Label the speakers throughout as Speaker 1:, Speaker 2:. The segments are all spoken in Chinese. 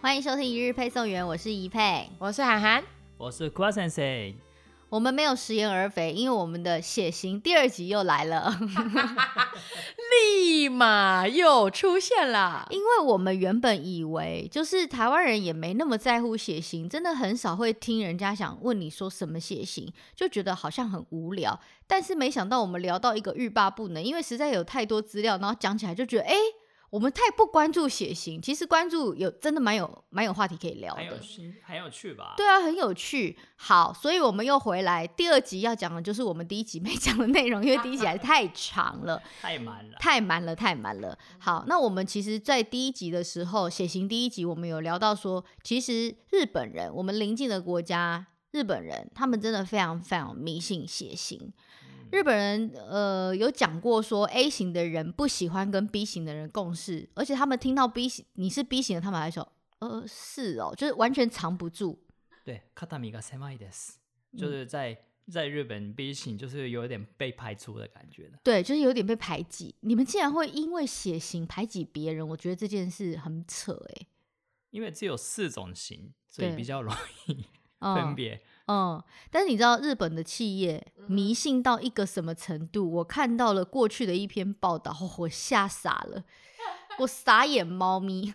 Speaker 1: 欢迎收听一日配送员，我是怡佩。
Speaker 2: 我是涵涵，
Speaker 3: 我是 k u a s e n s e
Speaker 1: 我们没有食言而肥，因为我们的血型第二集又来了，
Speaker 2: 立马又出现了。
Speaker 1: 因为我们原本以为就是台湾人也没那么在乎血型，真的很少会听人家想问你说什么血型，就觉得好像很无聊。但是没想到我们聊到一个欲罢不能，因为实在有太多资料，然后讲起来就觉得，哎、我们太不关注血型，其实关注有真的蛮有蛮有话题可以聊
Speaker 3: 很有
Speaker 1: 的。
Speaker 3: 趣，很有趣吧？
Speaker 1: 对啊，很有趣。好，所以我们又回来，第二集要讲的就是我们第一集没 讲的内容，因为第一集还是太长了，
Speaker 3: 太满了。
Speaker 1: 太满了，太满了。好，那我们其实，在第一集的时候，血型第一集，我们有聊到说，其实日本人，我们邻近的国家，日本人他们真的非常非常迷信血型。日本人呃有讲过说，A 型的人不喜欢跟 B 型的人共事，而且他们听到 B 型你是 B 型的，他们还说，呃是哦，就是完全藏不住。
Speaker 3: 对，卡塔米が狭いです，就是在在日本 B 型就是有点被排除的感觉的。
Speaker 1: 对，就是有点被排挤。你们竟然会因为血型排挤别人，我觉得这件事很扯哎、
Speaker 3: 因为只有四种型，所以
Speaker 1: 对
Speaker 3: 比较容易
Speaker 1: 嗯、
Speaker 3: 分别。
Speaker 1: 嗯，但是你知道日本的企业迷信到一个什么程度？我看到了过去的一篇报道， 哦我吓傻了，我傻眼猫咪。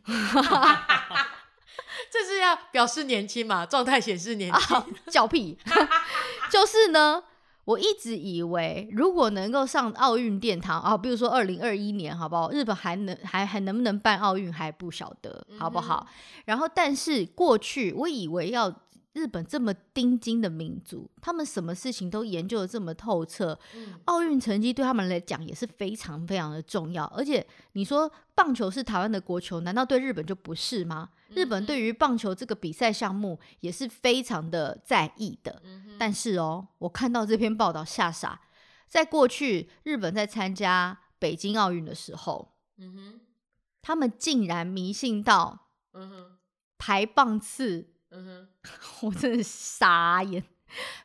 Speaker 2: 这是要表示年轻嘛？状态显示年轻。
Speaker 1: 叫屁， 就是呢，我一直以为如果能够上奥运殿堂啊，比如说二零二一年，好不好？日本还能还还能不能办奥运还不晓得，好不好？然后，但是过去我以为要。日本这么钉钉的民族，他们什么事情都研究的这么透彻，
Speaker 2: 嗯
Speaker 1: 奥运成绩对他们来讲也是非常非常的重要。而且你说棒球是台湾的国球，难道对日本就不是吗？
Speaker 2: 嗯
Speaker 1: 日本对于棒球这个比赛项目也是非常的在意的。
Speaker 2: 嗯
Speaker 1: 但是哦，我看到这篇报道吓傻。在过去，日本在参加北京奥运的时候，
Speaker 2: 嗯哼，
Speaker 1: 他们竟然迷信到
Speaker 2: 嗯哼，
Speaker 1: 排棒次，
Speaker 2: 嗯哼，
Speaker 1: 我真的傻眼。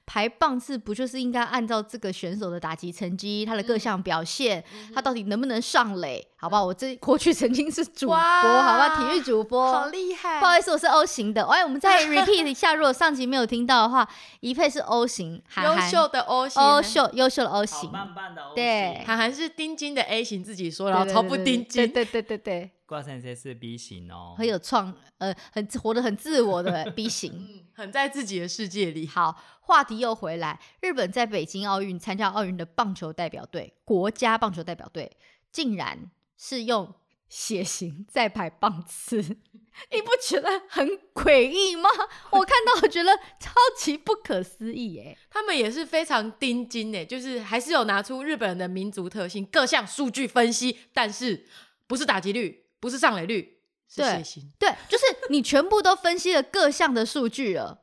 Speaker 1: 排棒次不就是应该按照这个选手的打击成绩、他的各项表现、
Speaker 2: 嗯
Speaker 1: 他到底能不能上垒？好不好？我这过去曾经是主播，
Speaker 2: 哇
Speaker 1: 好吧，体育主播，
Speaker 2: 好厉害
Speaker 1: 不！好意思，我是 O 型的。哎，我们 再 repeat 一下，如果上集没有听到的话，一佩是 O 型，韩
Speaker 2: 优
Speaker 1: 寒
Speaker 2: 秀的 O 型，
Speaker 1: ，O 秀优秀的 O
Speaker 3: 好
Speaker 1: 型，
Speaker 3: 棒棒的 O
Speaker 1: 对
Speaker 3: 型
Speaker 2: 韩寒是钉金的 A 型，自己说，
Speaker 1: 对
Speaker 2: 然后超不钉
Speaker 1: 对
Speaker 2: 金。
Speaker 1: 对对对对，
Speaker 3: 瓜先生是 B 型哦，
Speaker 1: 很有创，呃，很活得很自我的 B 型。
Speaker 2: 嗯，很在自己的世界里。
Speaker 1: 好，话题又回来，日本在北京奥运参加奥运的棒球代表队，国家棒球代表队，竟然是用血型在排棒次， 你不觉得很诡异吗？我看到我觉得超级不可思议耶、
Speaker 2: 他们也是非常盯紧诶，就是还是有拿出日本人的民族特性，各项数据分析，但是不是打击率，不是上垒率，是
Speaker 1: 对
Speaker 2: 血型。
Speaker 1: 对，就是你全部都分析了各项的数据了，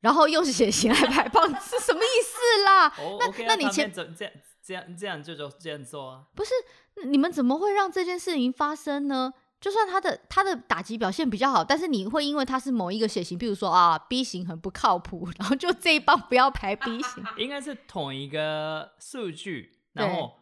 Speaker 1: 然后用血型来排棒，是什么意思啦？
Speaker 3: 哦
Speaker 1: 那
Speaker 3: OK 啊
Speaker 1: 那你
Speaker 3: 他们
Speaker 1: 前
Speaker 3: 怎这样这样这样就就这样做啊？
Speaker 1: 不是你们怎么会让这件事情发生呢？就算他的他的打击表现比较好，但是你会因为他是某一个血型，比如说啊 B 型很不靠谱， 然后就这一棒不要排 B 型，
Speaker 3: 应该是同一个数据，
Speaker 1: 对
Speaker 3: 然后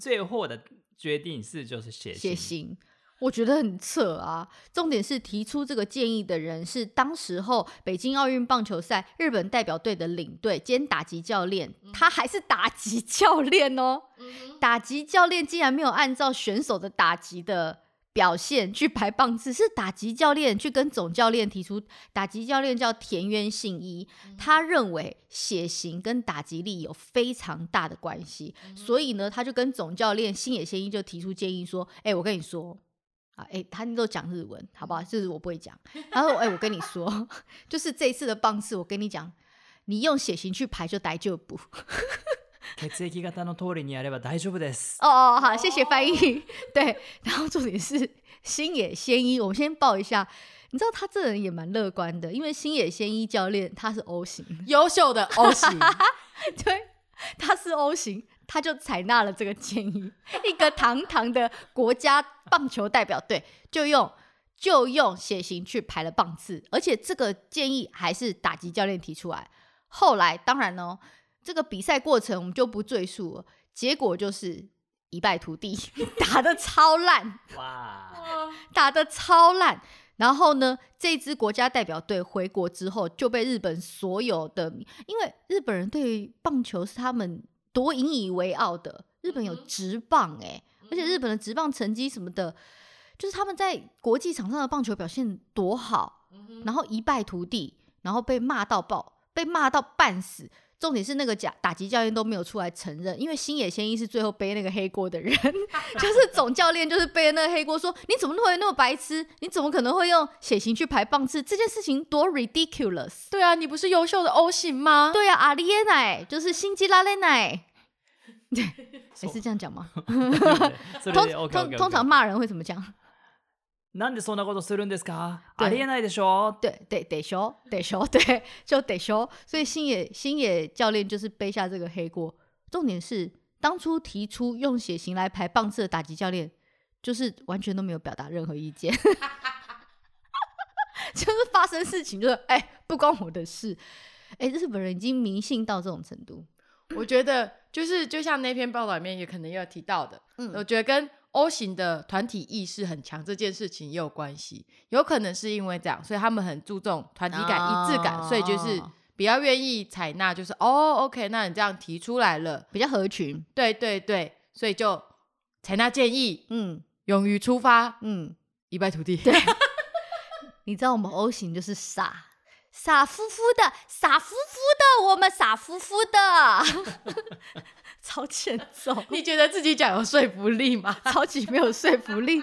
Speaker 3: 最后的决定是就是血型。
Speaker 1: 血型，我觉得很扯啊。重点是提出这个建议的人是当时候北京奥运棒球赛日本代表队的领队兼打击教练，
Speaker 3: 嗯
Speaker 1: 他还是打击教练哦。
Speaker 2: 嗯
Speaker 1: 打击教练竟然没有按照选手的打击的。表现去排棒次是打击教练去跟总教练提出，打击教练叫田园信一，他认为血型跟打击力有非常大的关系，所以呢，他就跟总教练星野宪一就提出建议说：“哎、我跟你说啊，哎、他们都讲日文，好不好？就是我不会讲。 然后，哎、我跟你说， 就是这一次的棒次，我跟你讲，你用血型去排就逮就补。
Speaker 3: 血液型の通りにやれば大丈夫です。
Speaker 1: 哦哦，好，谢谢翻译。 对，然后重点是星野仙一，我们先报一下。”你知道他这人也蛮乐观的，因为星野仙一教练他是 O 型，
Speaker 2: 优秀的 O 型，
Speaker 1: 对，他是 O 型，他就采纳了这个建议。一个堂堂的国家棒球代表队，就用就用血型去排了棒次，而且这个建议还是打击教练提出来。后来当然哦，这个比赛过程我们就不赘述了，结果就是 一败涂地，打的超烂。
Speaker 3: 哇，
Speaker 1: 打的超烂。然后呢，这支国家代表队回国之后就被日本所有的，因为日本人对于棒球是他们多引以为傲的。日本有
Speaker 2: 嗯哼
Speaker 1: 职棒哎、而且日
Speaker 2: 嗯
Speaker 1: 本的职棒成绩什么的，就是他们在国际场上的棒球表现多好，
Speaker 2: 嗯哼
Speaker 1: 然后一败涂地，然后被骂到爆，被骂到半死。重点是那个假打击教练都没有出来承认，因为星野先一是最后背那个黑锅的人， 就是总教练就是背那个黑锅，说你怎么会那么白痴？你怎么可能会用血型去排棒次？这件事情多 ridiculous！
Speaker 2: 对啊，你不是优秀的 O 型吗？
Speaker 1: 对啊，阿里耶奶就是心机拉勒奶， 对，
Speaker 3: そう
Speaker 1: 是这样讲吗？
Speaker 3: 通
Speaker 1: 通通通常骂人会怎么讲？
Speaker 3: なんでそんなことするんですか？
Speaker 1: 对
Speaker 3: ありえないでしょ。
Speaker 1: 对，得得修，得修， 对，就得修。所以星野星野教练就是背下这个黑锅。重点是，当初提出用血型来排棒次的打击教练，就是完全都没有表达任何意见，就是发生事情就是哎、不关我的事。哎、日本人已经迷信到这种程度，
Speaker 2: 我觉得就是就像那篇报道里面也可能要提到的，
Speaker 1: 嗯
Speaker 2: 我觉得跟 O 型的团体意识很强这件事情也有关系，有可能是因为这样，所以他们很注重团体感、
Speaker 1: 啊
Speaker 2: 一致感，所以就是比较愿意采纳，就是哦，OK，那你这样提出来了，
Speaker 1: 比较合群。
Speaker 2: 对对对，所以就采纳建议，
Speaker 1: 嗯
Speaker 2: 勇于出发，
Speaker 1: 嗯，
Speaker 2: 一败涂地。
Speaker 1: 你知道我们 O 型就是傻。傻乎乎的，傻乎乎的，我们傻乎乎的， 超欠揍，
Speaker 2: 你觉得自己讲有说服力吗？
Speaker 1: 超级没有说服力。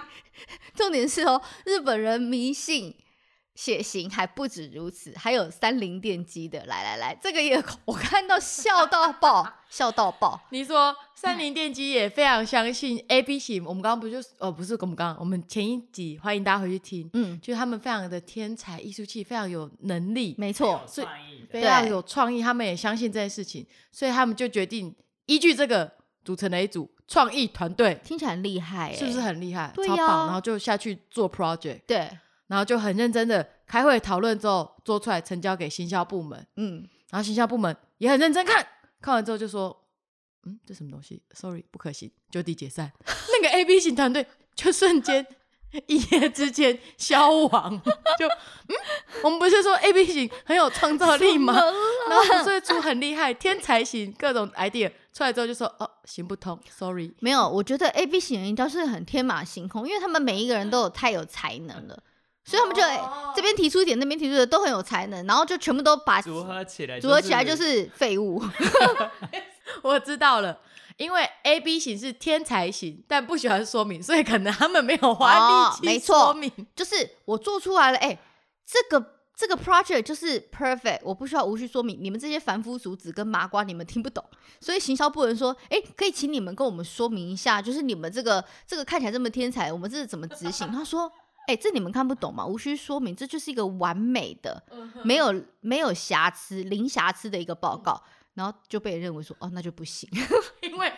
Speaker 1: 重点是哦，日本人迷信血型还不止如此，还有三菱电机的，来来来，这个也 我看到笑到爆，笑到爆。
Speaker 2: 你说三菱电机也非常相信 A B 型，我们刚刚不就是哦，不是我们刚刚，我们前一集欢迎大家回去听，
Speaker 1: 嗯，
Speaker 2: 就是他们非常的天才艺术气，非常有能力，
Speaker 1: 没错，
Speaker 3: 所以
Speaker 2: 非常有创意，他们也相信这件事情，所以他们就决定依据这个组成了一组创意团队，
Speaker 1: 听起来很厉害、欸，
Speaker 2: 是不是？很厉害？
Speaker 1: 对
Speaker 2: 超
Speaker 1: 呀
Speaker 2: 棒！然后就下去做 project，
Speaker 1: 对，
Speaker 2: 然后就很认真的开会讨论之后做出来，成交给行销部门，
Speaker 1: 嗯，
Speaker 2: 然后行销部门也很认真看，看完之后就说：“嗯，这什么东西？Sorry，不可行，就地解散。” 那个 A B 型团队就瞬间一夜之间消亡。就嗯，我们不是说 A B 型很有创造力吗？然后不是会出很厉害天才型各种 idea 出来之后就说：“哦，行不通，Sorry。
Speaker 1: 没有，我觉得 A、B 型人应该是很天马行空，因为他们每一个人都有太有才能了，所以他们就、
Speaker 2: 哦
Speaker 1: 这边提出一点，那边提出一点，都很有才能，然后就全部都把
Speaker 3: 组合起来，
Speaker 1: 组合起来就是废物。”
Speaker 2: 我知道了。因为 A B 型是天才型，但不喜欢说明，所以可能他们没有花
Speaker 1: 哦
Speaker 2: 力气
Speaker 1: 没错
Speaker 2: 说明。
Speaker 1: 就是我做出来了，哎、这个这个 project 就是 perfect，我不需要无需说明。你们这些凡夫俗子跟麻瓜，你们听不懂，所以行销部人说，哎、可以请你们跟我们说明一下，就是你们这个这个看起来这么天才，我们这是怎么执行？他说。哎、这你们看不懂吗？无需说明，这就是一个完美的、没有没有瑕疵、零瑕疵的一个报告，然后就被人认为说，哦，那就不行。
Speaker 2: 因为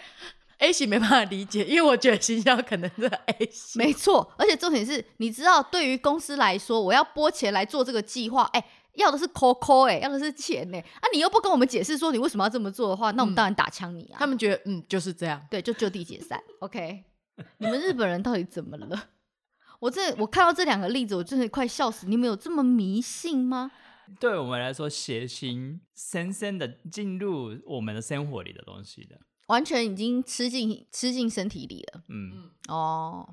Speaker 2: A 型没办法理解，因为我觉得行销可能是 A 型，
Speaker 1: 没错，而且重点是，你知道，对于公司来说，我要拨钱来做这个计划，哎、要的是 COCO，哎、要的是钱呢、啊，你又不跟我们解释说你为什么要这么做的话，那我们当然打枪你啊。
Speaker 2: 嗯他们觉得嗯就是这样。
Speaker 1: 对，就就地解散。OK，你们日本人到底怎么了？ 我这我看到这两个例子，我真的快笑死！你们有这么迷信吗？
Speaker 3: 对我们来说，血型深深的进入我们的生活里的东西的。
Speaker 1: 完全已经吃进吃进身体里了
Speaker 3: 嗯，
Speaker 1: 哦。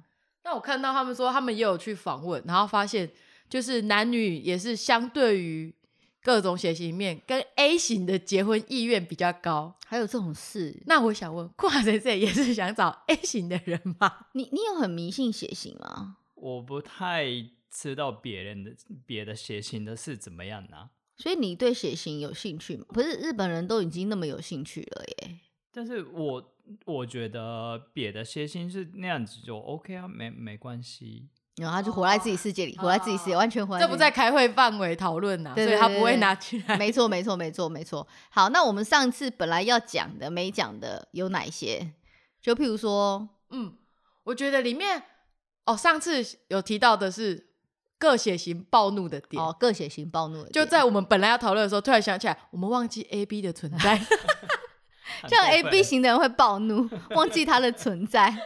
Speaker 2: 那我看到他们说他们也有去访问，然后发现就是男女也是相对于各种血型里面，跟 A 型的结婚意愿比较高。
Speaker 1: 还有这种事，
Speaker 2: 那我想问，库卡先生也是想找 A 型的人 吗？
Speaker 1: 你你有很迷信血型吗？
Speaker 3: 我不太知道别人的别的血型的是怎么样呢、
Speaker 1: 所以你对血型有兴趣吗？不是日本人都已经那么有兴趣了耶。
Speaker 3: 但是我我觉得别的血型是那样子就 OK 啊，没没关系。
Speaker 1: 然后他就活在自己世界里，活在自己世界，完全活在
Speaker 2: 哦这
Speaker 1: 自
Speaker 2: 不
Speaker 1: 己
Speaker 2: 在开会范围讨论啊呐，
Speaker 1: 对
Speaker 2: 所以
Speaker 1: 对
Speaker 2: 他不会拿起来。
Speaker 1: 没错，没错，没错，没错。好，那我们上次本来要讲的没讲的有哪一些？就譬如说，
Speaker 2: 嗯，我觉得里面哦，上次有提到的是各血型暴怒的点，
Speaker 1: 哦，各血型暴怒的点，
Speaker 2: 就在我们本来要讨论的时候，突然想起来，我们忘记 A B 的存在。
Speaker 1: 像
Speaker 3: 很
Speaker 1: A
Speaker 3: 过
Speaker 1: B
Speaker 3: 分
Speaker 1: 型的人会暴怒，忘记他的存在。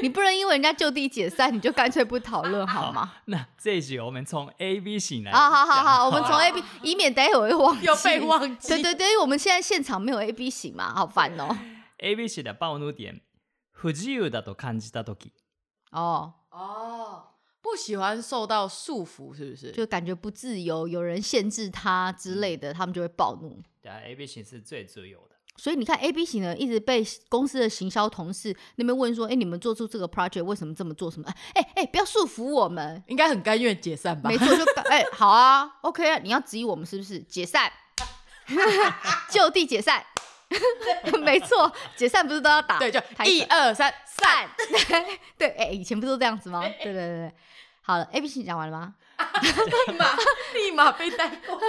Speaker 1: 你不能因为人家就地解散，你就干脆不讨论好吗？
Speaker 3: 那这一集我们从 A B 型来
Speaker 1: 啊，好好
Speaker 3: 讲
Speaker 1: 好，我们从
Speaker 3: 吧
Speaker 1: A B，以免待会儿会忘记。
Speaker 2: 又被忘记。
Speaker 1: 对对对，因为我们现在现场没有 A B 型嘛，好烦哦。
Speaker 3: A B 型的暴怒点，不自由だと感じた時，
Speaker 1: 哦，
Speaker 2: 哦，不喜欢受到束缚，是不是？
Speaker 1: 就感觉不自由，有人限制他之类
Speaker 2: 嗯
Speaker 1: 的，他们就会暴怒。
Speaker 3: 对啊，A B 型是最自由的。
Speaker 1: 所以你看，A B 型的一直被公司的行销同事那边问说：“哎、你们做出这个 project 为什么这么做？什么？哎、哎、不要束缚我们。
Speaker 2: 应该很甘愿解散”吧
Speaker 1: 没？错，就哎、好啊，OK 啊，你要质疑我们是不是解 散？ 就地解散， 没错，解散不是都要打？
Speaker 2: 对，就
Speaker 1: 拍手
Speaker 2: 一二三，
Speaker 1: 散。对，哎、以前不都这样子吗？对对对对。好了，A B 型讲完了吗？
Speaker 2: 立马立马被带 过。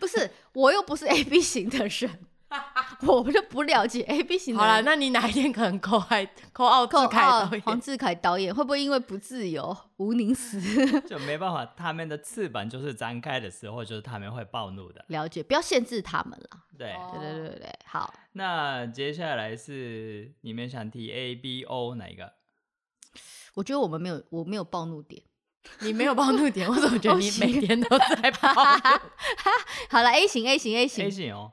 Speaker 1: 不是，我又不是 A B 型的人， 我就不了解 A B 型的
Speaker 2: 好了，
Speaker 1: 人。
Speaker 2: 那你哪一天可能扣爱扣奥志
Speaker 1: 扣
Speaker 2: 凯
Speaker 1: 二
Speaker 2: 导演
Speaker 1: 哦黄志凯导演会不会因为不自由无宁死？
Speaker 3: 就没办法，他们的翅膀就是张开的时候，就是他们会暴怒的。
Speaker 1: 了解，不要限制他们了。
Speaker 3: 对，
Speaker 2: 哦
Speaker 1: 对对对对对，好，
Speaker 3: 那接下来是你们想提 A B O 哪一个？
Speaker 1: 我觉得我们没有，我没有暴怒点。
Speaker 2: 你没有暴怒点，我怎么觉得你
Speaker 1: 哦是
Speaker 2: 每天都在暴怒？
Speaker 1: 好了，A 型 A 型 A
Speaker 3: A
Speaker 1: 型，
Speaker 3: 型哦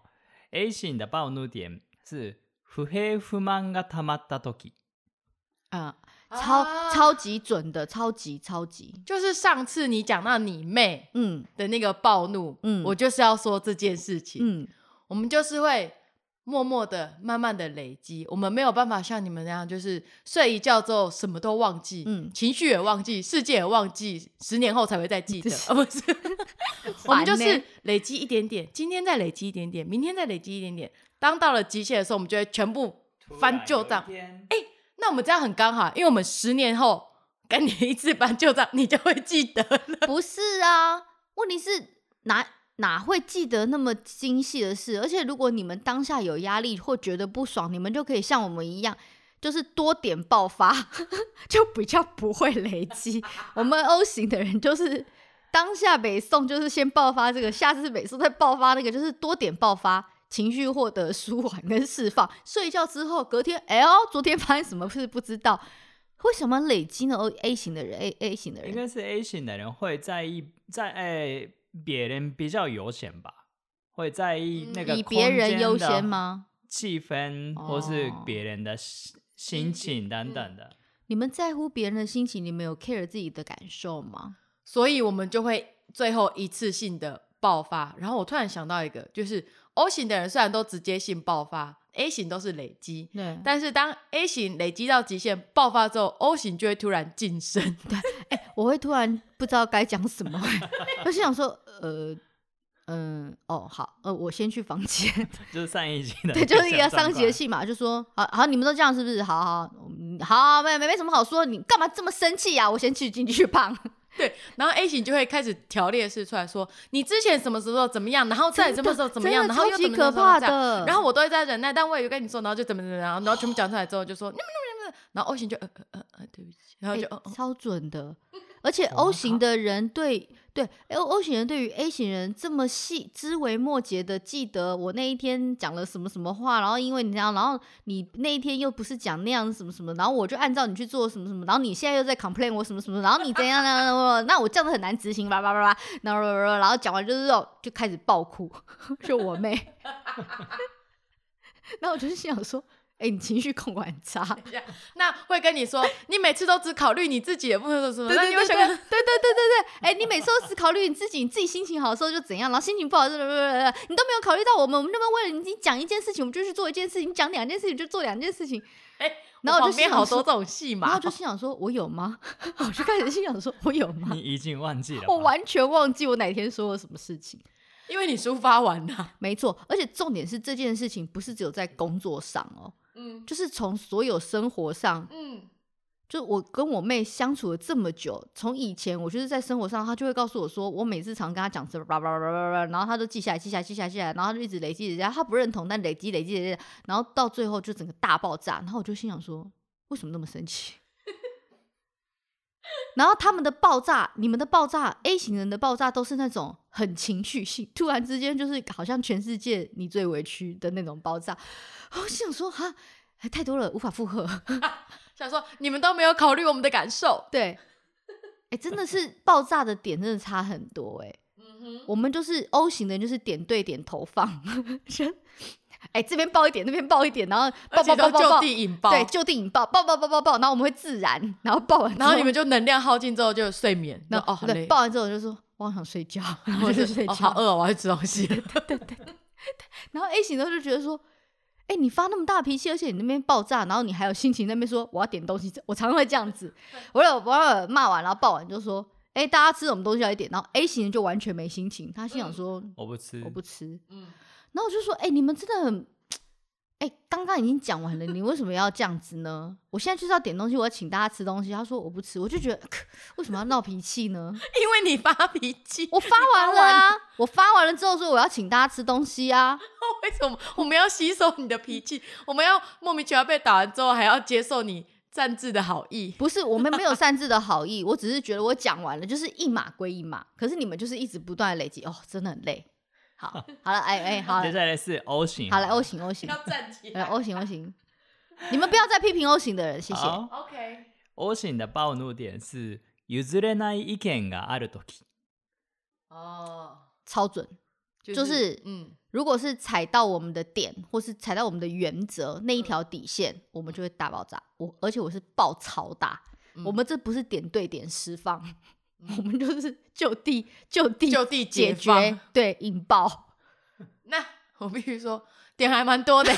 Speaker 3: ，A 型的暴怒点是不平不满が溜まった時。
Speaker 1: 啊、超超级准的，超级超级，
Speaker 2: 就是上次你讲到你妹
Speaker 1: 嗯
Speaker 2: 的那个暴怒，
Speaker 1: 嗯
Speaker 2: 我就是要说这件事情，
Speaker 1: 嗯，
Speaker 2: 我们就是会默默的、慢慢的累积，我们没有办法像你们那样，就是睡一觉之后什么都忘记，
Speaker 1: 嗯
Speaker 2: 情绪也忘记，世界也忘记，十年后才会再记 得
Speaker 1: 这，是
Speaker 2: 啊，不是，我们就
Speaker 1: 烦
Speaker 2: 是
Speaker 1: 呢
Speaker 2: 累积一点点，今天再累积一点点，明天再累积一点点，当到了极限的时候，我们就会全部翻旧账。
Speaker 3: 哎，
Speaker 2: 那我们这样很刚好，因为我们十年后跟你一次翻旧账，你就会记得了。
Speaker 1: 不是啊，问题是哪哪会记得那么精细的事？而且如果你们当下有压力或觉得不爽，你们就可以像我们一样。就是多点爆发， 就比较不会累积。我们 O 型的人就是当下北宋，就是先爆发这个，下次北宋再爆发那个，就是多点爆发，情绪获得舒缓跟释放。睡觉之后，隔天，哎呦，昨天发生什么事不知道？为什么累积呢？O A 型的人，A A 型的人
Speaker 3: 应，该是 A 型的人会在意在哎别人比较优先吧，会在意那个
Speaker 1: 嗯以别人优
Speaker 3: 空间的
Speaker 1: 先吗？
Speaker 3: 气氛或是
Speaker 1: 哦嗯
Speaker 3: 别人的心心情等等的。
Speaker 1: 你们在乎别人的心情，你们有 care 自己的感受吗？
Speaker 2: 所以我们就会最后一次性的爆发。然后我突然想到一个，就是 O 型的人虽然都直接性爆发，A 型都是累积，
Speaker 1: 对，
Speaker 2: 但是当 A 型累积到极限爆发之后，O 型就会突然晋升。
Speaker 1: 我会突然不知道该讲什么、欸， 我是想说，呃，嗯、哦，好，呃，我先去房间，
Speaker 3: 就是上一集的，
Speaker 1: 对，就是一个上节。戏嘛，就说，好好，你们都这样是不是？好好，嗯好，没没没什么好说，你干嘛这么生气啊呀、我先去进去 胖，
Speaker 2: 对，然后 A 型就会开始条列式出来说，你之前什么时候怎么样，然后再什么时候怎么样，
Speaker 1: 真的
Speaker 2: 然后又
Speaker 1: 超
Speaker 2: 怎
Speaker 1: 级
Speaker 2: 么
Speaker 1: 可怕
Speaker 2: 怎么样。
Speaker 1: 的。
Speaker 2: 然后我都会在忍耐，但我也有跟你说，然后就怎么怎么，样，然后然后全部讲出来之后就说，你们你们你们，然后 O 型就呃呃呃呃，对不起，然后
Speaker 1: 欸
Speaker 2: 就、哦哦
Speaker 1: 超准的。而且
Speaker 3: 哇
Speaker 1: O 型的人对对 O O 型人对于 A 型人这么细枝微末节的记得我那一天讲了什么什么话，然后因为你这样，然后你那一天又不是讲那样什么什么，然后我就按照你去做什么什么，然后你现在又在 complain 我什么什么，然后你怎样那那那我这样子很难执行，叭叭叭叭，然后然后讲完就是哦就开始爆哭， 就我妹， 然后我就是心想说，哎、你情绪控管很差。
Speaker 2: 那会跟你说，你每次都只考虑你自己，也不说什么，
Speaker 1: 对
Speaker 2: 那
Speaker 1: 对
Speaker 2: 你
Speaker 1: 对
Speaker 2: 会
Speaker 1: 对对
Speaker 2: 想
Speaker 1: 对
Speaker 2: 看
Speaker 1: 对对对，哎、你每次都只考虑你自己，你自己心情好的时候就怎样，然后心情不好就你都没有考虑到我们，我们那么为了你讲一件事情，我们就去做一件事情；讲两件事情就做两件事情。
Speaker 2: 哎
Speaker 1: 然后我
Speaker 2: 我
Speaker 1: 就
Speaker 2: 旁边
Speaker 1: 心想
Speaker 2: 好多
Speaker 1: 说
Speaker 2: 这种戏
Speaker 1: 然
Speaker 2: 嘛
Speaker 1: 后，就心想说：“我有吗？” 我就开始心想说：“我有吗
Speaker 3: 你已经忘记了？” 吧，
Speaker 1: 我完全忘记我哪天说了什么事情。
Speaker 2: 因为你抒发完了，
Speaker 1: 没错，而且重点是这件事情不是只有在工作上哦，
Speaker 2: 嗯
Speaker 1: 就是从所有生活上
Speaker 2: 嗯，
Speaker 1: 就我跟我妹相处了这么久，从以前我就是在生活上，她就会告诉我说，我每次常跟她讲什么叭叭叭叭叭叭，然后她都记下来，记下来，记下来，记下来，然后她就一直累积，累积，她不认同，但累积，累积，累积，然后到最后就整个大爆炸，然后我就心想说，为什么那么生气？然后他们的爆炸，你们的爆炸，A 型人的爆炸都是那种很情绪性，突然之间就是好像全世界你最委屈的那种爆炸。 我心想说哈，还太多了，无法负荷。
Speaker 2: 想说你们都没有考虑我们的感受。
Speaker 1: 对，哎、真的是爆炸的点真的差很多哎、
Speaker 2: 嗯哼，
Speaker 1: 我们就是 O 型的，就是点对点投放，人哎、这边爆一点，那边爆一点，然后爆爆
Speaker 2: 而
Speaker 1: 爆
Speaker 2: 且都
Speaker 1: 爆
Speaker 2: 就
Speaker 1: 爆，
Speaker 2: 地引爆，
Speaker 1: 对，就地引爆，爆爆爆爆爆，然后我们会自燃，然后爆完之后，
Speaker 2: 然后你们就能量耗尽之后就有睡眠，那
Speaker 1: 那
Speaker 2: 哦好
Speaker 1: 对，
Speaker 2: 累，
Speaker 1: 爆完之后我就说我好想睡 觉，然后
Speaker 2: 或
Speaker 1: 我就
Speaker 2: 者
Speaker 1: 睡
Speaker 2: 是
Speaker 1: 觉，
Speaker 2: 哦好饿，我要去吃 东西了。
Speaker 1: 然后 A 型的就觉得说，哎、你发那么大脾气，而且你那边爆炸，然后你还有心情那边说我要点东西吃，我常常会这样子，我有我有骂完，然后爆完就说，哎、大家吃什么东西要一点，然后 A 型的就完全没心情，他心想说、
Speaker 3: 我不吃，
Speaker 1: 我不吃，
Speaker 2: 嗯，
Speaker 1: 然后我就说，哎、你们真的很。哎，刚刚已经讲完了，你为什么要这样子呢？我现在就是要点东西，我要请大家吃东西。他说我不吃，我就觉得咳为什么要闹脾气呢？
Speaker 2: 因为你发脾气，
Speaker 1: 我发完 了啊，我发完了之后说我要请大家吃东西啊，
Speaker 2: 为什么我们要吸收你的脾气？我们要莫名其妙被打完之后还要接受你擅自的好意？
Speaker 1: 不是我们没有擅自的好意， 我只是觉得我讲完了就是一码归一码，可是你们就是一直不断的累积，哦，真的很累。好， 好了，哎哎，好
Speaker 3: 接
Speaker 1: 了，
Speaker 3: 下来是 O 型，
Speaker 1: 好了，O 型 O 型，
Speaker 2: 站起
Speaker 1: 呃 O 型 O 型，你们不要再批评 O 型的人，谢谢。
Speaker 3: 好
Speaker 2: OK，
Speaker 3: O 型的暴怒点是譲れない意見があるとき。
Speaker 2: 哦，
Speaker 1: 超准，就是
Speaker 2: 嗯，
Speaker 1: 如果是踩到我们的点，或是踩到我们的原则那一条底线，我们就会大爆炸。我而且我是爆超大，
Speaker 2: 嗯
Speaker 1: 我们这不是点对点释放， 我们就是就地就地
Speaker 2: 就地
Speaker 1: 解
Speaker 2: 决放
Speaker 1: 决，对引爆。
Speaker 2: 那我必须说点还蛮多的，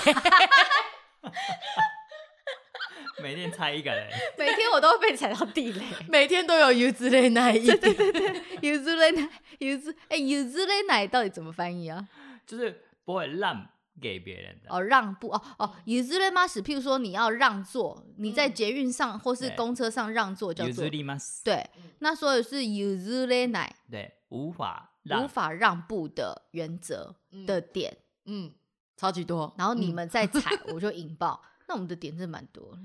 Speaker 3: 每天猜一个人，
Speaker 1: 每天我都会被踩到地雷。
Speaker 2: 每天都有柚子类那一点。
Speaker 1: 柚子类奶，柚子哎，柚子类奶到底怎么翻译啊？
Speaker 3: 就是不会让给别人的。
Speaker 1: 哦，让步哦哦，柚子类 mas，譬如说你要让座，你在捷运上或是
Speaker 3: 对
Speaker 1: 公车上让座叫
Speaker 3: 譲
Speaker 1: 做
Speaker 3: ります。
Speaker 1: 对。那所以是柚子类奶
Speaker 3: 对，无法让，
Speaker 1: 无法让步的原则的点，
Speaker 2: 嗯，超级多。
Speaker 1: 然后你
Speaker 2: 嗯
Speaker 1: 们再踩，我就引爆。那我们的点真的蛮多的。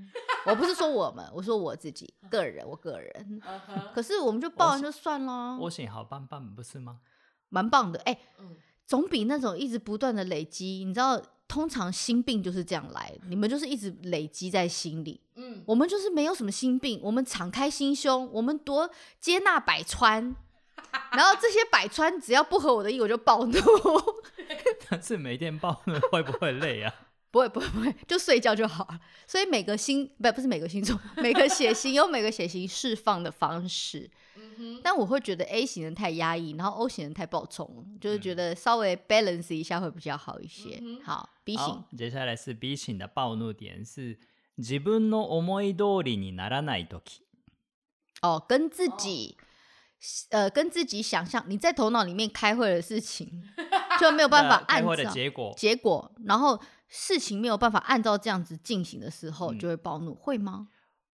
Speaker 1: 我不是说我们，我说我自己个人，我个人。
Speaker 2: 嗯
Speaker 1: 可是我们就爆完就算了，
Speaker 3: O 型好棒棒，不是吗？
Speaker 1: 蛮棒的。哎、
Speaker 2: 嗯
Speaker 1: 总比那种一直不断的累积，你知道，通常心病就是这样来，你们就是一直累积在心里。
Speaker 2: 嗯，
Speaker 1: 我们就是没有什么心病，我们敞开心胸，我们多接纳百川，然后这些百川只要不合我的意，我就暴怒。
Speaker 3: 但是每天暴怒会不会累 啊？
Speaker 1: 不会不会不会，就睡觉就好了。所以每个星不不是每个星座，每个血型有每个血型释放的方式。
Speaker 2: 嗯
Speaker 1: 但我会觉得 A 型人太压抑，然后 O 型人太暴冲，就是觉得稍微 balance 一下会比较好一些。好，B 型
Speaker 3: 好，接下来是 B 型的暴怒点是自分の思い通りにならないとき。
Speaker 1: 哦，跟自己、呃跟自己想象你在头脑里面开会的事情就没有办法
Speaker 3: 那
Speaker 1: 按
Speaker 3: 开会的
Speaker 1: 照
Speaker 3: 结果
Speaker 1: 结果，然后事情没有办法按照这样子进行的时候，
Speaker 3: 嗯
Speaker 1: 就会暴怒，会吗？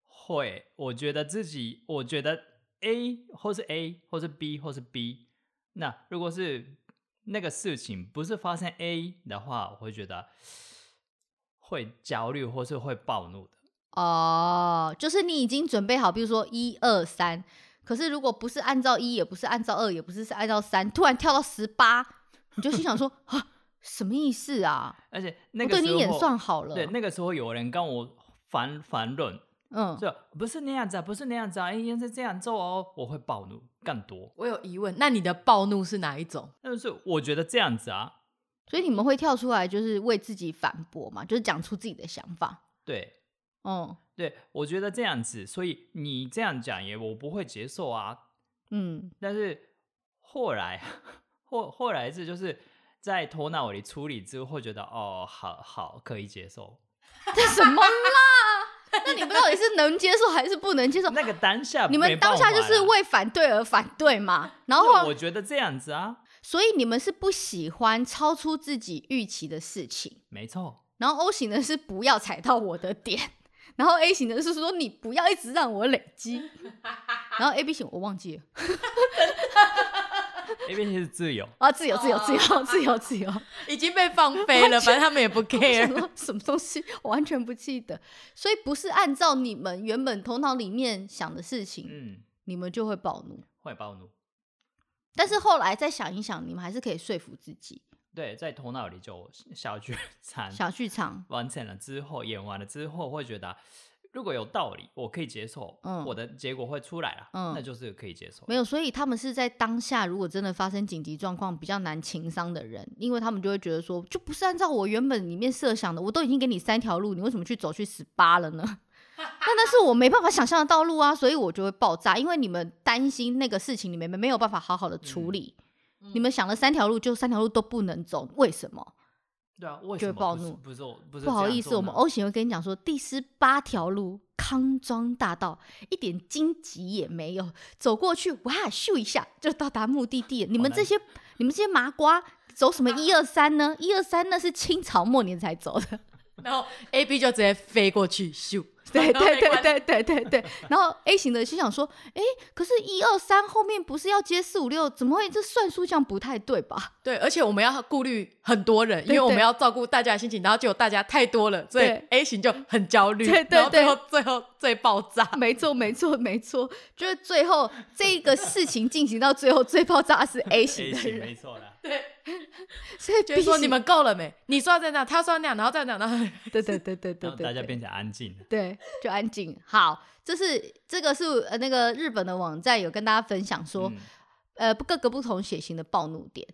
Speaker 3: 会，我觉得自己，我觉得 A 或是 A 或是 B 或是 B，那如果是那个事情不是发生 A 的话，我会觉得会焦虑或是会暴怒的。
Speaker 1: 哦，就是你已经准备好，比如说一二三，可是如果不是按照一，也不是按照二，也不是是按照三，突然跳到十八，你就心想说 啊，什么意思啊？
Speaker 3: 而且那
Speaker 1: 我
Speaker 3: 个
Speaker 1: 对
Speaker 3: 时候，
Speaker 1: 你演算好了，
Speaker 3: 对那个时候有人跟我反反论，
Speaker 1: 嗯，
Speaker 3: 就不是那样子啊，不是那样子啊，应该是这样做哦，我会暴怒更多。
Speaker 2: 我有疑问，那你的暴怒是哪一种？
Speaker 3: 但是我觉得这样子啊，
Speaker 1: 所以你们会跳出来，就是为自己反驳嘛，就是讲出自己的想法，
Speaker 3: 对，
Speaker 1: 嗯
Speaker 3: 对，我觉得这样子，所以你这样讲也我不会接受啊。
Speaker 1: 嗯，
Speaker 3: 但是后来，后后来是就是在头脑里处理之后，觉得哦，好好可以 接受。
Speaker 1: 这什么啦？那你们到底是能接受还是不能接受？
Speaker 3: 那个当下没
Speaker 1: 你
Speaker 3: 办法啦，
Speaker 1: 们当下就是为哦反对而反对嘛，然后
Speaker 3: 就我觉得这样子啊，
Speaker 1: 所以你们是不喜欢超出自己预期的事情，
Speaker 3: 没错，
Speaker 1: 然后 O 型的是不要踩到我的点，然后 A 型的是说你不要一直让我累积，然后 A B 型我忘记了
Speaker 3: 因为是自由。
Speaker 1: 啊，自由自由自
Speaker 3: 哦
Speaker 1: 由自由自 由，
Speaker 2: 已经被放飞了，反正他们也不
Speaker 1: 我想
Speaker 2: care。
Speaker 1: 说什么东西我完全不记得，所以不是按照你们原本头脑里面想的事情，
Speaker 3: 嗯，
Speaker 1: 你们就会暴怒。
Speaker 3: 会暴怒。
Speaker 1: 但是后来再想一想，你们还是可以说服自己，
Speaker 3: 对，在头脑里就小剧场
Speaker 1: 小剧场
Speaker 3: 完成了之后，演完了之后会觉得啊，如果有道理，我可以接受，
Speaker 1: 嗯
Speaker 3: 我的结果会出来了，
Speaker 1: 嗯
Speaker 3: 那就是可以接受。
Speaker 1: 没有，所以他们是在当下，如果真的发生紧急状况，比较难情商的人，因为他们就会觉得说，就不是按照我原本里面设想的，我都已经给你三条路，你为什么去走去十八了呢？ 那那是我没办法想象的道路啊，所以我就会爆炸，因为你们担心那个事情，你们没有办法好好的处理，你们想了三条路，就三条路都不能走，为什么？
Speaker 3: 对啊，为
Speaker 1: 就
Speaker 3: 什
Speaker 1: 会暴
Speaker 3: 么不是
Speaker 1: 怒
Speaker 3: 不是我不是
Speaker 1: 不好
Speaker 3: 这样
Speaker 1: 意思，
Speaker 3: 做
Speaker 1: 我们
Speaker 3: 呢
Speaker 1: O 型会跟你讲说，第十八条路康庄大道，一点荆棘也没有，走过去哇咻一下就到达目的地了。你们
Speaker 3: 难
Speaker 1: 这些你们这些麻瓜走什么一二三呢？一二三那是清朝末年才走的。
Speaker 2: 然后 A B 就直接飞过去，咻，
Speaker 1: 对
Speaker 2: 然后
Speaker 1: 对
Speaker 2: 被
Speaker 1: 对
Speaker 2: 关
Speaker 1: 对对对对，然后 A 型的心想说，哎，可是，一二三后面不是要接四五六，怎么会这算数这样不太对吧？
Speaker 2: 对，而且我们要顾虑很多人，因
Speaker 1: 对
Speaker 2: 为我们
Speaker 1: 对
Speaker 2: 要照顾大家的心情，然后结果大家太多了，所以
Speaker 1: 对
Speaker 2: A 型就很焦虑，
Speaker 1: 对对
Speaker 2: 然后最
Speaker 1: 对嗯
Speaker 2: 后最后最爆炸。
Speaker 1: 没错，没错，没错，就是最后这个事情进行到最后，最爆炸的是 A 型
Speaker 3: A
Speaker 1: 的
Speaker 3: 型
Speaker 1: 人，
Speaker 3: 哎没错 啦。
Speaker 2: 对，
Speaker 1: 所以
Speaker 2: 就
Speaker 1: B
Speaker 2: 是说
Speaker 1: 型
Speaker 2: 你们够了没？你说要在那，他说要那样，然后再那样，然后
Speaker 1: 对对对对对
Speaker 3: 然后
Speaker 1: 对，
Speaker 3: 大家
Speaker 1: 对
Speaker 3: 变得安静了。
Speaker 1: 对，就安静。好，这是这个是呃那个日本的网站有跟大家分享说，
Speaker 3: 嗯
Speaker 1: 呃，各个不同血型的暴怒点。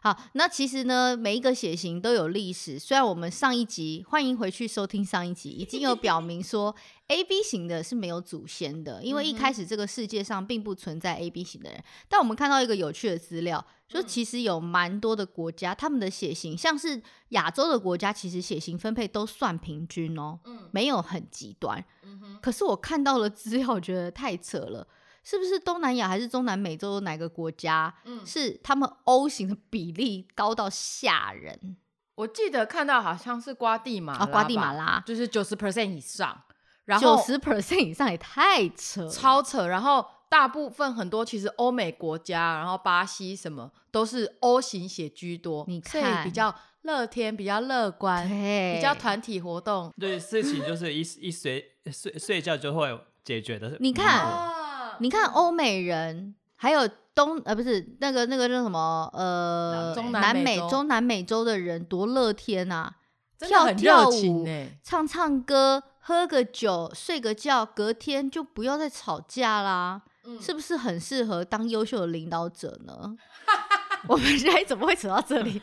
Speaker 1: 好，那其实呢，每一个血型都有历史。虽然我们上一集欢迎回去收听上一集，已经有表明说 A、B 型的是没有祖先的，因为一
Speaker 2: 嗯哼
Speaker 1: 开始这个世界上并不存在 A、B 型的人。但我们看到一个有趣的资料，就
Speaker 2: 嗯
Speaker 1: 其实有蛮多的国家，他们的血型，像是亚洲的国家，其实血型分配都算平均哦，
Speaker 2: 嗯
Speaker 1: 没有很极端。
Speaker 2: 嗯哼，
Speaker 1: 可是我看到了资料，我觉得太扯了。是不是东南亚还是中南美洲哪个国家，
Speaker 2: 嗯
Speaker 1: 是他们 O 型的比例高到吓人
Speaker 2: 我记得看到好像是瓜地马
Speaker 1: 啊？瓜地马拉
Speaker 2: 就是九十 percent 以上，然
Speaker 1: 九
Speaker 2: 后
Speaker 1: 十 percent 以上也太扯了，
Speaker 2: 超扯。然后大部分很多其实欧美国家，然后巴西什么都是 O 型血居多，
Speaker 1: 你
Speaker 2: 所以
Speaker 1: 看
Speaker 2: 比较乐天，比较乐观，
Speaker 1: 对，
Speaker 2: 比较。团体活动。
Speaker 3: 对，事情就是一一睡睡睡觉就会解决的。
Speaker 1: 你
Speaker 2: 啊
Speaker 1: 看
Speaker 3: 嗯
Speaker 1: 你看欧美人，还有东呃不是那个那个叫什么呃
Speaker 3: 中
Speaker 2: 南美
Speaker 1: 美
Speaker 2: 洲
Speaker 1: 中南美洲的人多乐天啊，
Speaker 2: 真的很
Speaker 1: 跳跳
Speaker 2: 热情
Speaker 1: 舞
Speaker 2: 呢、
Speaker 1: 唱唱歌。喝个酒，睡个觉，隔天就不要再吵架啦。是不是很适合当优秀的领导者呢？我们现在怎么会扯到这里？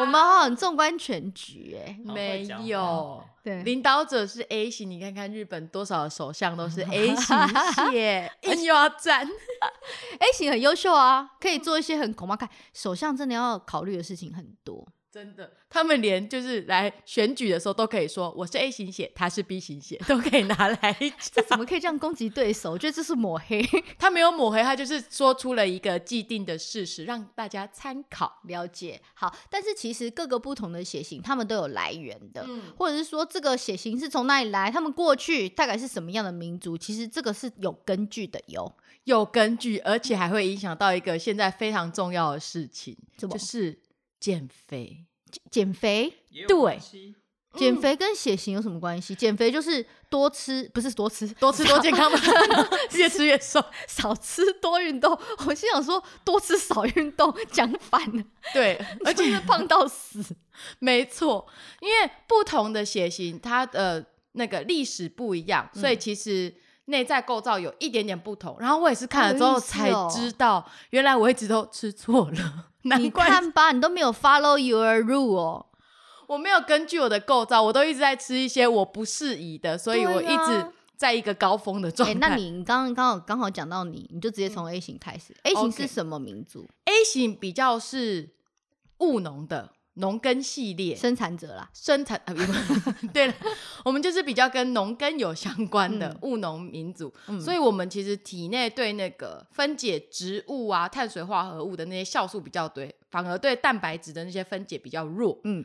Speaker 1: 我们好像很纵观全局哎、
Speaker 3: 好会
Speaker 2: 没
Speaker 3: 讲话
Speaker 2: 有
Speaker 3: 哦？
Speaker 1: 对，
Speaker 2: 领导者是 A 型，你看看日本多少首相都是 A 型血，硬又要站。
Speaker 1: A 型哎很优秀啊，可以做一些很恐怕看首相真的要考虑的事情很多。
Speaker 2: 真的，他们连就是来选举的时候都可以说我是 A 型血，他是 B 型血，都可以拿来
Speaker 1: 这
Speaker 2: 讲。
Speaker 1: 怎么可以这样攻击对手？我觉得这是抹黑。
Speaker 2: 他没有抹黑，他就是说出了一个既定的事实，让大家参考。
Speaker 1: 了解，好，但是其实各个不同的血型，他们都有来源的。
Speaker 2: 嗯，
Speaker 1: 或者是说这个血型是从哪里来，他们过去大概是什么样的民族，其实这个是有根据的哟。
Speaker 2: 有根据，而且还会影响到一个现在非常重要的事情，
Speaker 1: 什么
Speaker 2: 就是减肥。
Speaker 1: 减肥
Speaker 3: 也有
Speaker 2: 对
Speaker 3: 关系
Speaker 2: 嗯
Speaker 1: 减肥跟血型有什么关系？减肥就是多吃，不是多 吃，
Speaker 2: 多吃多健康吧，越吃越瘦。
Speaker 1: 少吃多运动。我心想说，多吃少运动，讲反了，
Speaker 2: 对，而
Speaker 1: 真
Speaker 2: 且
Speaker 1: 的胖到死。
Speaker 2: 没错，因为不同的血型，它的那个历史不一样，所
Speaker 1: 嗯
Speaker 2: 以其实内在构造有一点点不同。然后我也是看了之
Speaker 1: 好有
Speaker 2: 后
Speaker 1: 意思
Speaker 2: 才
Speaker 1: 哦
Speaker 2: 知道，原来我一直都吃错了， 难
Speaker 1: 你
Speaker 2: 怪
Speaker 1: 看吧，你都没有 follow your rule 哦。
Speaker 2: 我没有根据我的构造，我都一直在吃一些我不适宜的，所以
Speaker 1: 对
Speaker 2: 我一
Speaker 1: 啊
Speaker 2: 直在一个高峰的状
Speaker 1: 哎、
Speaker 2: 态。嗯
Speaker 1: 那你刚刚刚好刚好讲到你，你就直接从 A 型开始。A 型是什么民族？
Speaker 2: A 型比较是务农的农耕系列，
Speaker 1: 生产者啦。
Speaker 2: 生产 啊，不对了，我们就是比较跟农耕有相关的
Speaker 1: 嗯
Speaker 2: 务农民族，
Speaker 1: 嗯
Speaker 2: 所以我们其实体内对那个分解植物啊、碳水化合物的那些酵素比较多，反而对蛋白质的那些分解比较弱，
Speaker 1: 嗯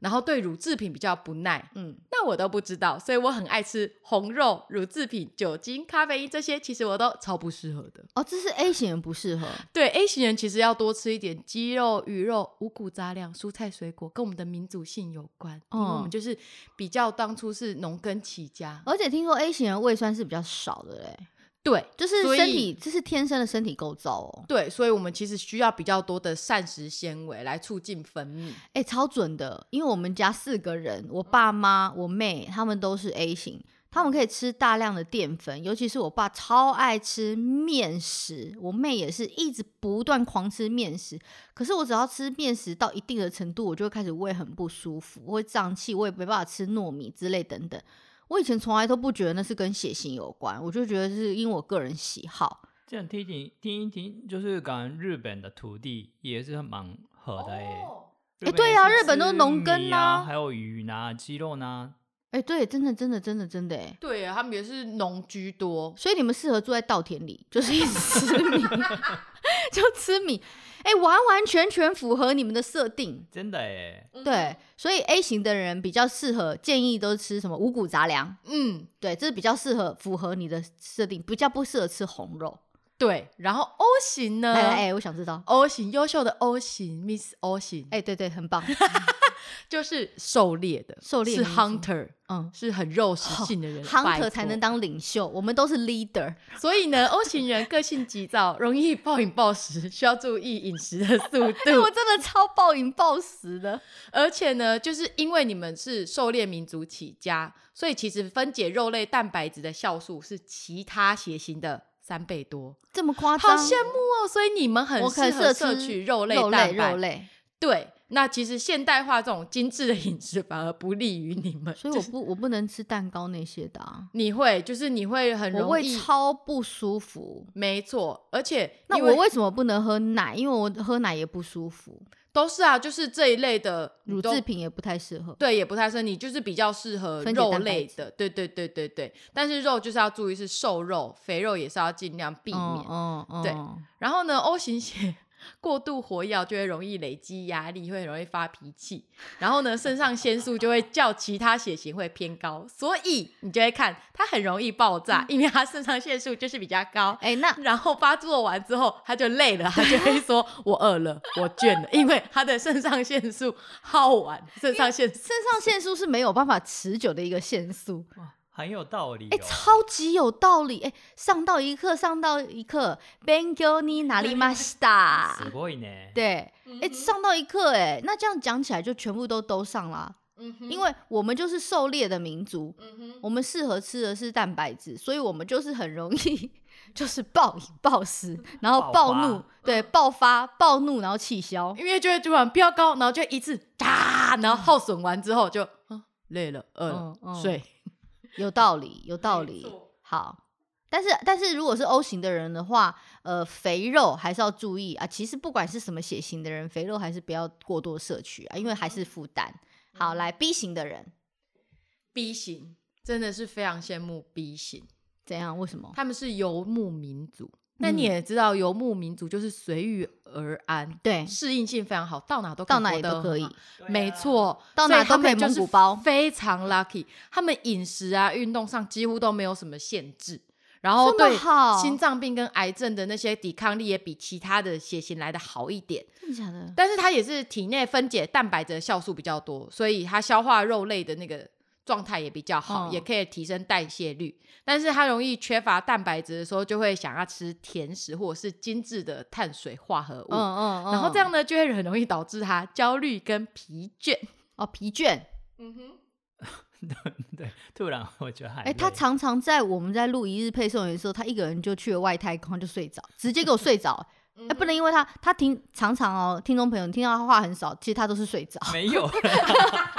Speaker 2: 然后对乳制品比较不耐。
Speaker 1: 嗯，
Speaker 2: 那我都不知道，所以我很爱吃红肉、乳制品、酒精、咖啡因这些，其实我都超不适合的。
Speaker 1: 哦，这是 A 型人不适合。
Speaker 2: 对 A 型人，其实要多吃一点鸡肉、鱼肉、五谷杂粮、蔬菜水果，跟我们的民族性有关。因为我
Speaker 1: 嗯
Speaker 2: 们就是比较当初是农耕起家，
Speaker 1: 而且听说 A 型人胃酸是比较少的嘞，
Speaker 2: 对
Speaker 1: 就是
Speaker 2: 所以
Speaker 1: 身体，这是天生的身体构造哦。
Speaker 2: 对，所以我们其实需要比较多的膳食纤维来促进分泌。
Speaker 1: 哎、超准的，因为我们家四个人，我爸妈、我妹，他们都是 A 型，他们可以吃大量的淀粉，尤其是我爸超爱吃面食，我妹也是一直不断狂吃面食。可是我只要吃面食到一定的程度，我就会开始胃很不舒服，我会胀气，我也没办法吃糯米之类等等。我以前从来都不觉得那是跟血型有关，我就觉得是因为我个人喜好。
Speaker 3: 这样听一听听一听，就是感觉日本的土地也是蛮合的哎、日
Speaker 1: 哎
Speaker 3: 本
Speaker 1: 哦对
Speaker 3: 也
Speaker 1: 啊
Speaker 3: 是
Speaker 1: 日本都
Speaker 3: 吃
Speaker 1: 是农耕
Speaker 3: 米
Speaker 1: 啊
Speaker 3: 啊，还有鱼呐、鸡肉啊呐、
Speaker 1: 哎、对，真的，真的，真的，真的，哎，
Speaker 2: 对啊，他们也是农居多，
Speaker 1: 所以你们适合住在稻田里，就是一直吃米， 就吃米，哎、完完全全符合你们的设定。
Speaker 3: 真的哎、
Speaker 1: 对，所以 A 型的人比较适合，建议都吃什么五谷杂粮，
Speaker 2: 嗯，
Speaker 1: 对，这是比较适合符合你的设定，比较不适合吃红肉。
Speaker 2: 对。然后 O 型呢
Speaker 1: 来来，哎、我想知道，
Speaker 2: o 型优秀的 O 型，Miss O 型，
Speaker 1: 哎、对对，很棒，
Speaker 2: 就是狩猎的，
Speaker 1: 狩猎
Speaker 2: 是
Speaker 1: 民族
Speaker 2: hunter，
Speaker 1: 嗯
Speaker 2: 是很肉食性的人、拜
Speaker 1: ，hunter
Speaker 2: 托
Speaker 1: 才能。当领袖，我们都是 leader。哎
Speaker 2: 所以呢，O 型人个性急躁， 容易暴饮暴食，需要注意饮食的速 度
Speaker 1: 哎我。真的超暴饮暴食 的，
Speaker 2: 而且呢，就是因为你们是狩猎民族起家，所以其实分解肉类蛋白质的酵素是其他血型的三倍多，
Speaker 1: 这么夸
Speaker 2: 好
Speaker 1: 张？
Speaker 2: 羡慕哦！所以你们很
Speaker 1: 我可
Speaker 2: 适
Speaker 1: 能
Speaker 2: 合
Speaker 1: 合
Speaker 2: 摄
Speaker 1: 吃
Speaker 2: 取肉类
Speaker 1: 肉
Speaker 2: 蛋
Speaker 1: 类
Speaker 2: 白。
Speaker 1: 肉类，
Speaker 2: 对，那其实现代化这种精致的饮食反而不利于你们，
Speaker 1: 所以
Speaker 2: 就
Speaker 1: 我
Speaker 2: 是
Speaker 1: 不我不能吃蛋糕那些的、啊。
Speaker 2: 你会就是你会很
Speaker 1: 我
Speaker 2: 容
Speaker 1: 胃
Speaker 2: 易，
Speaker 1: 超不舒服。
Speaker 2: 没错，而且
Speaker 1: 那
Speaker 2: 因
Speaker 1: 我为什么不能喝奶？因为我喝奶也不舒服，
Speaker 2: 都是啊，就是这一类的
Speaker 1: 乳
Speaker 2: 你都
Speaker 1: 制品也不太适合。
Speaker 2: 对，也不太适合你，就是比较适合
Speaker 1: 分解
Speaker 2: 肉
Speaker 1: 蛋白
Speaker 2: 类
Speaker 1: 质
Speaker 2: 的，对对对对对。但是肉就是要注意是瘦肉，肥肉也是要尽量避免。
Speaker 1: 嗯嗯
Speaker 2: 对
Speaker 1: 嗯
Speaker 2: 然后呢，O 型血 过度活跃就会容易累积压力，会很容易发脾气。然后呢，肾上腺素就会较其他血型会偏高，所以你就会看它很容易爆炸，
Speaker 1: 嗯
Speaker 2: 因为它肾上腺素就是比较高。
Speaker 1: 哎、那
Speaker 2: 然后发作完之后，他就累了，他就会说：“我饿了，我倦了。”因为他的肾上腺素耗完，肾上腺素
Speaker 1: 肾上腺素是没有办法持久的一个腺素，
Speaker 3: 哇，很有道理、哦。
Speaker 1: 哎、超级有道理，哎、上到一课上到一课，Bengo ni n a r i m a s t
Speaker 3: す
Speaker 1: a
Speaker 3: ごいね。
Speaker 1: 对，哎、上到一课，哎，那这样讲起来就全部都都上啦，因为我们就是狩猎的民族，我们适合吃的是蛋白质，所以我们就是很容易 就是暴饮暴食，然后
Speaker 3: 爆
Speaker 1: 暴
Speaker 3: 发
Speaker 1: 怒，对，爆发、暴怒，然后气消。
Speaker 2: 因为就会突然飙高，然后就一次哒，然后耗损完之后就、嗯、累了、饿了、
Speaker 1: 嗯嗯
Speaker 2: 睡。
Speaker 1: 有道理，有道理
Speaker 2: 错。
Speaker 1: 好，但是但是如果是 O 型的人的话，呃，肥肉还是要注意啊。其实不管是什么血型的人，肥肉还是不要过多摄取啊，因为还是负担。好，来 B 型的人
Speaker 2: B 型真的是非常羡慕 B 型，
Speaker 1: 怎样？为什么？
Speaker 2: 他们是游牧民族。那你也知道，游牧民族就是随遇而安，
Speaker 1: 对，
Speaker 2: 适应性非常好，到哪都可以
Speaker 1: 到哪
Speaker 2: 活
Speaker 1: 里
Speaker 2: 得
Speaker 1: 都可
Speaker 2: 很
Speaker 1: 以
Speaker 2: 好。没错，
Speaker 1: 到哪都可以
Speaker 2: 所他们就是
Speaker 1: 蒙古包
Speaker 2: 非常 lucky。他们饮食啊、运动上几乎都没有什么限制，然后
Speaker 1: 这么
Speaker 2: 对
Speaker 1: 好
Speaker 2: 心脏病跟癌症的那些抵抗力也比其他的血型来的好一点。
Speaker 1: 真的假的？
Speaker 2: 但是它也是体内分解蛋白质的酵素比较多，所以它消化肉类的那个状态也比较好，
Speaker 1: 嗯
Speaker 2: 也可以提升代谢率。但是它容易缺乏蛋白质的时候，就会想要吃甜食或者是精致的碳水化合物。
Speaker 1: 嗯嗯嗯。
Speaker 2: 然后这样呢，就会很容易导致他焦虑跟疲倦。
Speaker 1: 哦，疲倦。
Speaker 3: 对，突然我觉得很
Speaker 1: 哎、他
Speaker 3: 累
Speaker 1: 常常在我们在录一日配送员的时候，他一个人就去了外太空，他就睡着，直接给我睡着。哎、不能因为他他听常常哦，听众朋友你听到他话很少，其实他都是睡着。
Speaker 3: 没有啦，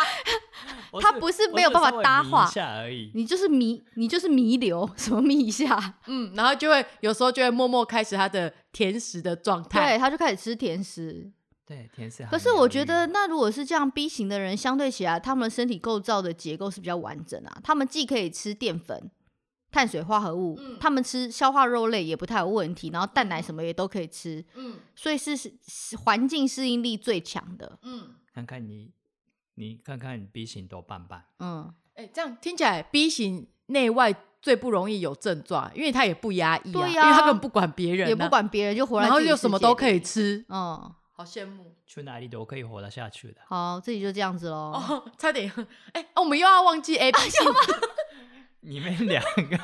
Speaker 3: 我
Speaker 1: 他
Speaker 3: 是
Speaker 1: 不是
Speaker 3: 我
Speaker 1: 没有
Speaker 3: 只
Speaker 1: 办法
Speaker 3: 稍微
Speaker 1: 搭
Speaker 3: 迷一
Speaker 1: 话
Speaker 3: 下而已。
Speaker 1: 你就是迷，你就是迷流，什么迷一下？
Speaker 2: 嗯，然后就会有时候就会默默开始他的甜食的状态。
Speaker 1: 对，他就开始吃甜食。
Speaker 3: 对，甜食。
Speaker 1: 可是我觉得，，那如果是这样 B 型的人，相对起来，他们身体构造的结构是比较完整啊。他们既可以吃淀粉、碳水化合物，
Speaker 2: 嗯
Speaker 1: 他们吃消化肉类也不太有问题，然后蛋奶什么也都可以吃，
Speaker 2: 嗯
Speaker 1: 所以是是是环境适应力最强的。
Speaker 2: 嗯，
Speaker 3: 看看你，你看看 B 型多棒棒。
Speaker 1: 嗯，
Speaker 2: 哎、这样听起来 B 型内外最不容易有症状，因为他也不压抑、啊，
Speaker 1: 对
Speaker 2: 因
Speaker 1: 呀
Speaker 2: 为他根本不管别人、啊
Speaker 1: 也不，管别人，就活在
Speaker 2: 然后
Speaker 1: 自己
Speaker 2: 又
Speaker 1: 世
Speaker 2: 什么
Speaker 1: 界
Speaker 2: 都
Speaker 1: 里
Speaker 2: 可以。吃，
Speaker 1: 嗯，
Speaker 2: 好羡慕
Speaker 3: 去哪里都可以活得下去的。
Speaker 1: 好，自己就这样子喽。
Speaker 2: 哦！ 差点，哎、哦我们又要忘记 A B 型，
Speaker 3: 你们两个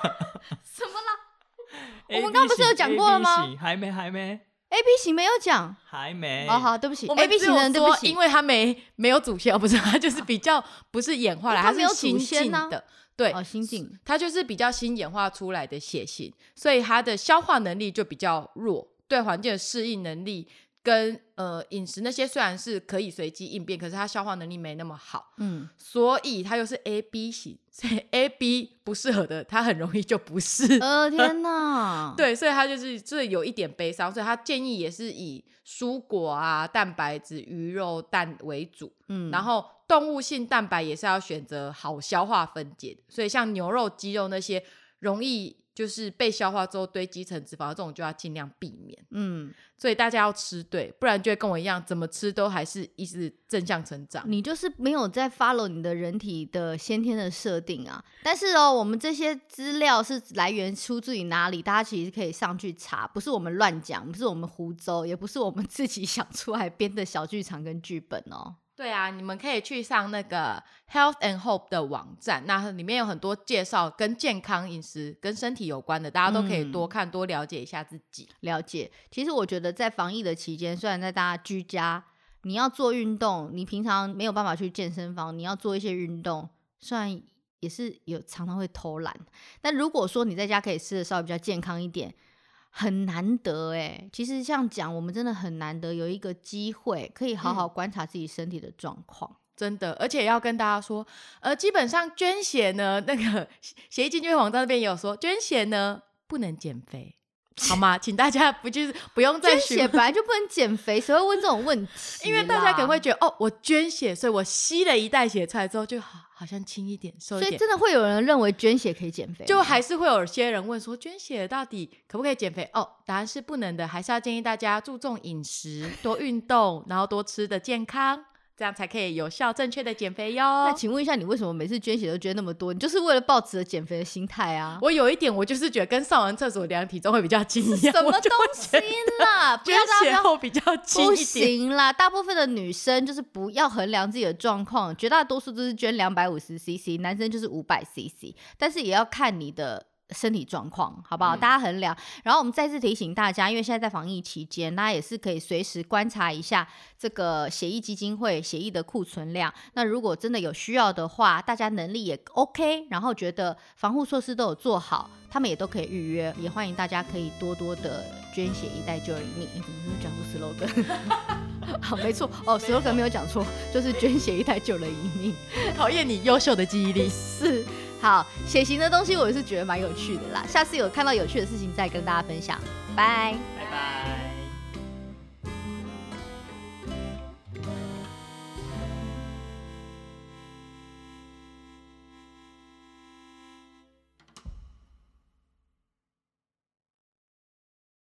Speaker 1: 什么啦？我们刚刚不是有讲过了吗
Speaker 3: A B 型还没，还没，
Speaker 1: A B 型没有讲，
Speaker 3: 还没。
Speaker 1: 哦好，对不起
Speaker 2: 哎我
Speaker 1: ，A
Speaker 2: 们
Speaker 1: B
Speaker 2: 只
Speaker 1: 型
Speaker 2: 有
Speaker 1: 的人对不
Speaker 2: 说，
Speaker 1: 起
Speaker 2: 因，为他没没有祖先，哦不是，他就是比较不是演化来，
Speaker 1: 因为他
Speaker 2: 它
Speaker 1: 没有
Speaker 2: 是新
Speaker 1: 祖先
Speaker 2: 进
Speaker 1: 呐
Speaker 2: 的，对，
Speaker 1: 哦新进
Speaker 2: 它就是比较新演化出来的血型，所以它的消化能力就比较弱，对环境的适应能力跟呃饮食那些虽然是可以随机应变，可是它消化能力没那么好，
Speaker 1: 嗯，
Speaker 2: 所以它又是 A B 型，所以 A B 不适合的，它很容易就不是。
Speaker 1: 呃天哪，，
Speaker 2: 对，所以它就是这有一点悲伤，所以他建议也是以蔬果啊、蛋白质、鱼肉、蛋为主，
Speaker 1: 嗯，
Speaker 2: 然后动物性蛋白也是要选择好消化分解的，所以像牛肉、鸡肉那些容易就是被消化之后堆积成脂肪，这种就要尽量避免。
Speaker 1: 嗯，
Speaker 2: 所以大家要吃对，不然就会跟我一样，怎么吃都还是一直正向成长。
Speaker 1: 你就是没有在 follow 你的人体的先天的设定啊。但是哦，我们这些资料是来源出自于哪里，大家其实可以上去查，不是我们乱讲，不是我们胡诌，也不是我们自己想出来编的小剧场跟剧本哦。
Speaker 2: 对啊，你们可以去上那个 Health and Hope 的网站，那里面有很多介绍跟健康饮食、跟身体有关的，大家都可以
Speaker 1: 嗯
Speaker 2: 多看、多了解一下自己。
Speaker 1: 了解，其实我觉得在防疫的期间，虽然在大家居家，你要做运动，你平常没有办法去健身房，你要做一些运动，虽然也是有常常会偷懒，但如果说你在家可以吃的稍微比较健康一点，很难得哎、其实像讲，我们真的很难得有一个机会可以好
Speaker 2: 嗯
Speaker 1: 好观察自己身体的状况。
Speaker 2: 真的，而且要跟大家说，呃，基本上捐血呢，那个协议基金会网站那边也有说，捐血呢不能减肥，好吗？请大家不就是不用再
Speaker 1: 捐
Speaker 2: 询
Speaker 1: 血
Speaker 2: 问
Speaker 1: 本来就不能减肥，谁会问这种问题？
Speaker 2: 因为大家可能会，觉得，哦，我捐血，所以我吸了一袋血出来之后，就好好像轻一点、
Speaker 1: 所
Speaker 2: 瘦一
Speaker 1: 以
Speaker 2: 点。
Speaker 1: 真的会有人认为捐血可以减肥吗，
Speaker 2: 就还是会有些人问说，捐血到底可不可以减肥？哦，答案是不能的，还是要建议大家注重饮食、多运动，然后多吃的健康，这样才可以有效正确的减肥哟
Speaker 1: 那。请问一下，你为什么每次捐血都捐那么多？你就是为了抱持着减肥的心态啊？
Speaker 2: 我有一点，我就是觉得跟上完厕所量体重会比较轻一样，
Speaker 1: 什么
Speaker 2: 我就
Speaker 1: 东西
Speaker 2: 觉得
Speaker 1: 啦？ 不要
Speaker 2: 捐
Speaker 1: 大
Speaker 2: 血
Speaker 1: 家
Speaker 2: 后比较轻
Speaker 1: 不
Speaker 2: 一点。
Speaker 1: 行啦！大部分的女生就是不要衡量自己的状况，绝大多数都是捐两百五十 CC，男生就是五百 CC，但是也要看你的。身体状况好不好？
Speaker 2: 嗯
Speaker 1: 大家衡量。然后我们再次提醒大家，因为现在在防疫期间，大家也是可以随时观察一下这个协议基金会协议的库存量。那如果真的有需要的话，大家能力也 OK，然后觉得防护措施都有做好，他们也都可以预约，也欢迎大家可以多多的捐血，一袋救人一命。诶怎么是讲出 slogan？好， 没错哦，slogan 没有讲错，就是捐血一袋救人一命。
Speaker 2: 考验你优秀的记忆力。
Speaker 1: 是，好，血型的东西我也是觉得蛮有趣的啦，下次有看到有趣的事情再跟大家分享，拜。
Speaker 3: 拜拜。